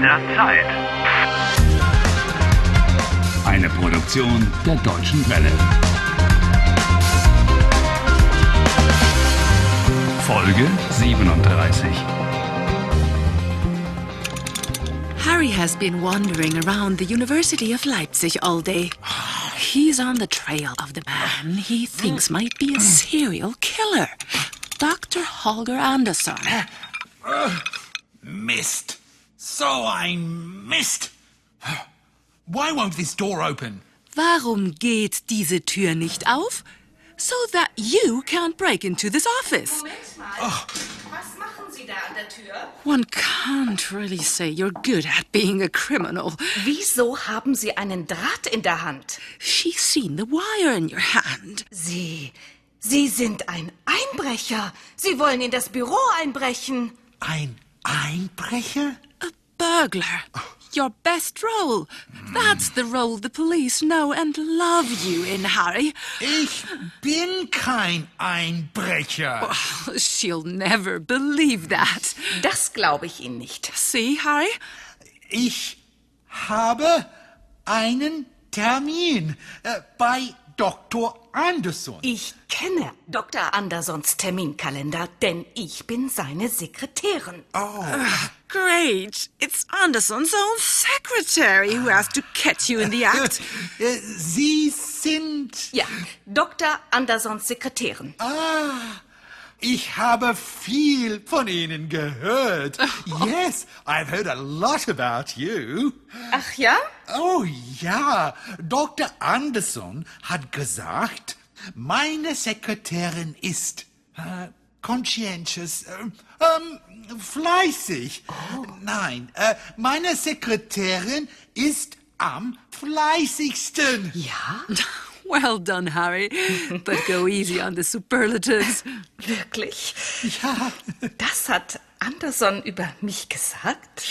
der Zeit. Eine Produktion der Deutschen Welle. Folge 37. Harry has been wandering around the University of Leipzig all day. He's on the trail of the man he thinks might be a serial killer, Dr. Holger Anderson. Mist. So ein Mist. Why won't this door open? Warum geht diese Tür nicht auf? So that you can't break into this office. Moment mal. Was machen Sie da an der Tür? One can't really say you're good at being a criminal. Wieso haben Sie einen Draht in der Hand? She's seen the wire in your hand. Sie. Sie sind ein Einbrecher. Sie wollen in das Büro einbrechen. Ein Einbrecher? A burglar. Your best role. That's the role the police know and love you in, Harry. Ich bin kein Einbrecher. She'll never believe that. Das glaube ich Ihnen nicht. See, Harry? Ich habe einen Termin äh, bei Dr. Anderson. Ich kenne Dr. Andersons Terminkalender, denn ich bin seine Sekretärin. Great. It's Anderson's own secretary who has to catch you in the act. Äh, Sie sind. Ja, Dr. Andersons Sekretärin. Ah, ich habe viel von Ihnen gehört. Yes, I've heard a lot about you. Ach ja? Oh ja, Dr. Anderson hat gesagt, meine Sekretärin ist äh, conscientious, äh, ähm, fleißig. Nein, äh, meine Sekretärin ist am fleißigsten. Ja, Well done, Harry. But go easy on the superlatives. wirklich. Ja. Das hat Anderson über mich gesagt.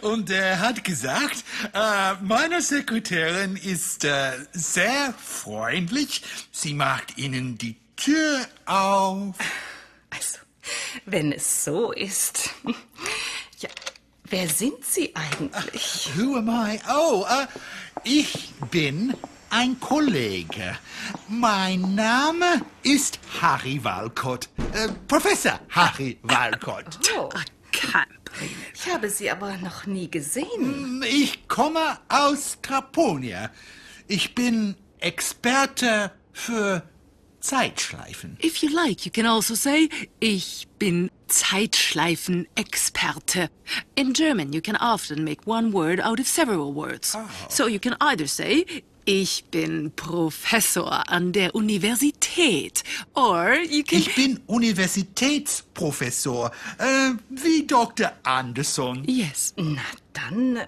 Und er hat gesagt, äh, meine Sekretärin ist äh, sehr freundlich. Sie macht Ihnen die Tür auf. Also, wenn es so ist. Ja, wer sind Sie eigentlich? Who am I? Oh, äh, ich bin ein Kollege. Mein Name ist Harry Walcott. Äh, Professor Harry Walcott. Oh, Can't believe it. ich habe Sie aber noch nie gesehen. Ich komme aus Traponia. Ich bin Experte für Zeitschleifen. If you like, you can also say, Ich bin Zeitschleifenexperte. In German, you can often make one word out of several words. So you can either say, Ich bin Professor an der Universität. Or you can. Ich bin Universitätsprofessor, äh, wie Dr. Anderson. yes. Na dann, äh,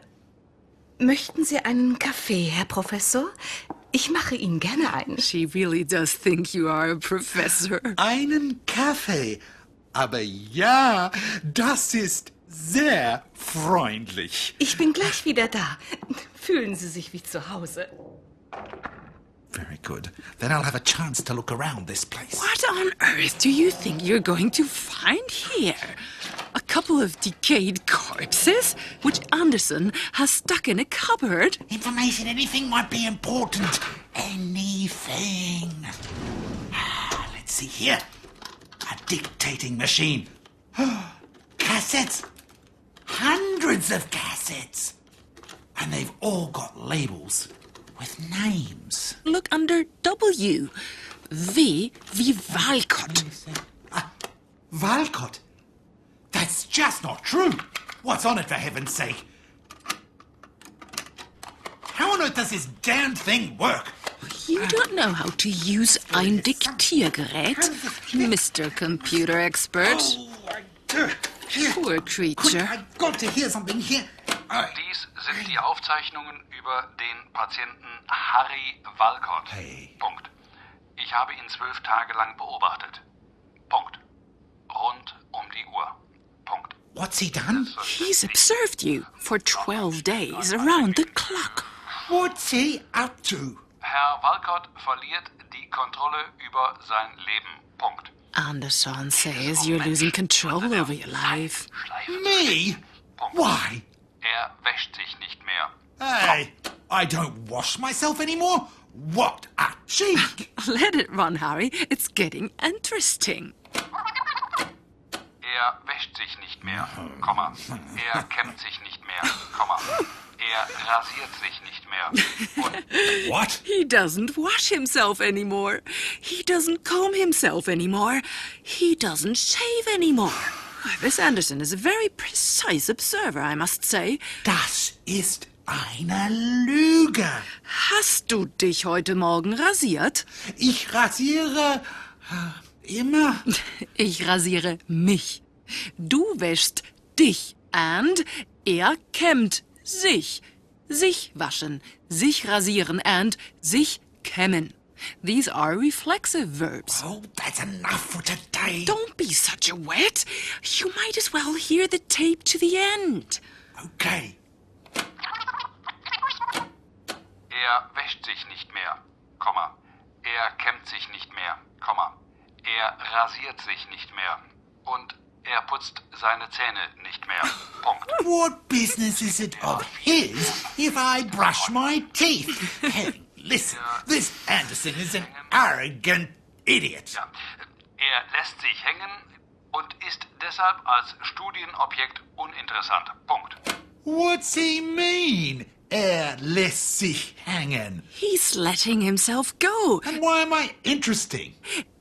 möchten Sie einen Kaffee, Herr Professor? Ich mache Ihnen gerne einen. She really does think you are a professor. Einen Kaffee. Aber ja, das ist sehr freundlich. Ich bin gleich wieder da. Fühlen Sie sich wie zu Hause. Very good. Then I'll have a chance to look around this place. What on earth do you think you're going to find here? A couple of decayed corpses, which Anderson has stuck in a cupboard. Information, anything might be important. Anything. Ah, Let's see here. A dictating machine. cassettes. Hundreds of cassettes. And they've all got labels with names. Look under W. V wie Walcott. Valcott? That's just not true. What's on it, for heaven's sake? How on earth does this damned thing work? You don't know how to use ein Diktiergerät, Mr. Computer Expert. Oh, I do. Here, Poor quick, creature. I've got to hear something here. Uh, Dies sind die Aufzeichnungen über den Patienten Harry Walcott. Punkt. Ich habe ihn zwölf Tage lang beobachtet. Punkt. Rund um die Uhr. Punkt. what's he done? He's observed you for 12 days around the clock. What's he up to? Herr Walcott verliert die Kontrolle über sein Leben. Punkt. Anderson says you're losing control over your life. Schleifen. Me? Punkt. Why? Er wäscht sich nicht mehr. Hey, I don't wash myself anymore. What a cheek! Let it run, Harry. It's getting interesting. Er wäscht sich nicht mehr, Komma. Er kämmt sich nicht mehr, Komma. Er rasiert sich nicht mehr. Und What? He doesn't wash himself anymore. He doesn't comb himself anymore. He doesn't shave anymore. Why, Miss Anderson is a very precise observer, I must say. Das ist eine Lüge. Hast du dich heute Morgen rasiert? Ich rasiere äh, immer. Ich rasiere mich. Du wäschst dich. And er kämmt sich. Sich waschen, sich rasieren and sich kämmen. These are reflexive verbs. Oh, that's enough for today. Don't be such a wet. You might as well hear the tape to the end. Okay. er wäscht sich nicht mehr, Komma. Er kämmt sich nicht mehr, Komma. Er rasiert sich nicht mehr. Und er putzt seine Zähne nicht mehr. Punkt. What business is it of his if I brush my teeth? Hey, listen, this Anderson is an arrogant idiot. Ja. Er lässt sich hängen und ist deshalb als Studienobjekt uninteressant. Punkt. What's he mean? Er lässt sich hängen. He's letting himself go. And why am I interesting?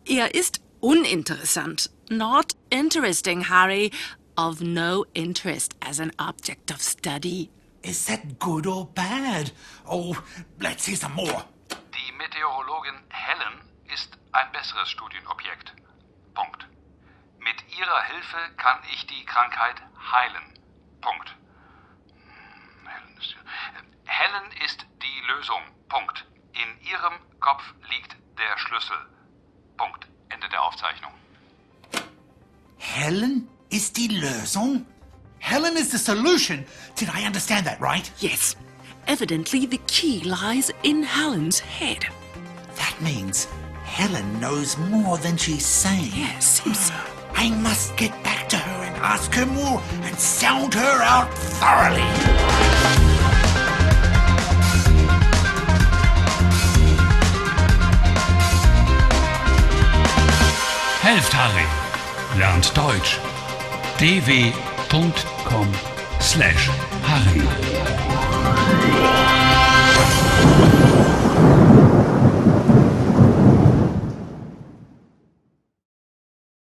Er ist uninteressant. Not interesting, Harry. Of no interest as an object of study. Is that good or bad? Oh, let's hear some more. Die Meteorologin Helen ist ein besseres Studienobjekt. Punkt. Mit ihrer Hilfe kann ich die Krankheit heilen. Punkt. Hm, Helen ist, äh, Helen ist die Lösung. Punkt. In ihrem Kopf liegt der Schlüssel. Punkt. Ende der Aufzeichnung. Helen is die Lösung? Helen is the solution. Did I understand that right? Yes. Evidently, the key lies in Helen's head. That means Helen knows more than she's saying. Yes, seems so. I must get back to her and ask her more and sound her out thoroughly. Helft Harry. Lernt Deutsch. dw.com/harry.